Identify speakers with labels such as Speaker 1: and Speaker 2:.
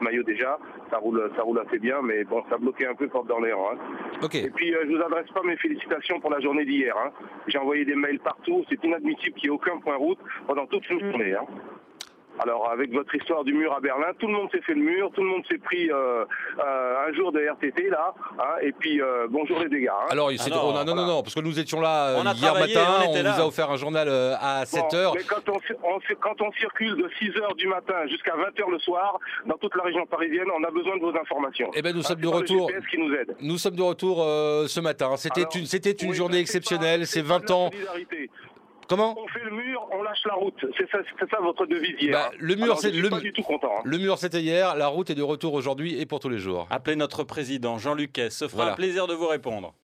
Speaker 1: maillot déjà, ça roule, ça roule assez bien, mais bon, ça bloquait un peu Porte d'Orléans. hein.
Speaker 2: Ok.
Speaker 1: Et puis, euh, je vous adresse pas mes félicitations pour la journée d'hier. hein. J'ai envoyé des mails partout. C'est inadmissible qu'il n'y ait aucun point route pendant toute
Speaker 2: Mm.
Speaker 1: une journée. hein. Alors, avec votre histoire du mur à Berlin, tout le monde s'est fait le mur, tout le monde s'est pris euh, euh, un jour de RTT, là. hein, et puis, euh, bonjour les dégâts. hein.
Speaker 2: Alors, c'est-
Speaker 3: Ah non,
Speaker 2: on a- oh, non, non, non, parce que nous étions là euh,
Speaker 3: On a
Speaker 2: hier
Speaker 3: travaillé,
Speaker 2: matin,
Speaker 3: on
Speaker 2: on,
Speaker 3: était
Speaker 2: vous
Speaker 3: là.
Speaker 2: a offert un journal euh, à
Speaker 1: Bon,
Speaker 2: 7 heures.
Speaker 1: Mais quand on, cir- on cir- quand on circule de 6h du matin jusqu'à 20h le soir, dans toute la région parisienne, on a besoin de vos informations.
Speaker 2: Eh ben, nous
Speaker 1: Ah,
Speaker 2: sommes
Speaker 1: c'est
Speaker 2: de
Speaker 1: pas le
Speaker 2: retour.
Speaker 1: GPS qui nous aide.
Speaker 2: Nous sommes de retour euh, ce matin. C'était
Speaker 1: Alors,
Speaker 2: une, c'était une
Speaker 1: Oui,
Speaker 2: journée
Speaker 1: mais
Speaker 2: exceptionnelle.
Speaker 1: pas-
Speaker 2: C'est
Speaker 1: pas de
Speaker 2: 20
Speaker 1: la
Speaker 2: ans.
Speaker 1: solidarité.
Speaker 2: Comment
Speaker 1: On fait le mur, on lâche la route. C'est ça, c'est ça votre devise hier.
Speaker 2: Bah, le mur,
Speaker 1: Alors, je
Speaker 2: c'est-
Speaker 1: suis
Speaker 2: le
Speaker 1: pas
Speaker 2: mu-
Speaker 1: du tout content. hein.
Speaker 2: Le mur, c'était hier. La route est de retour aujourd'hui et pour tous les jours.
Speaker 3: Appelez notre président Jean Lucas, ce fera
Speaker 2: Voilà.
Speaker 3: un plaisir de vous répondre.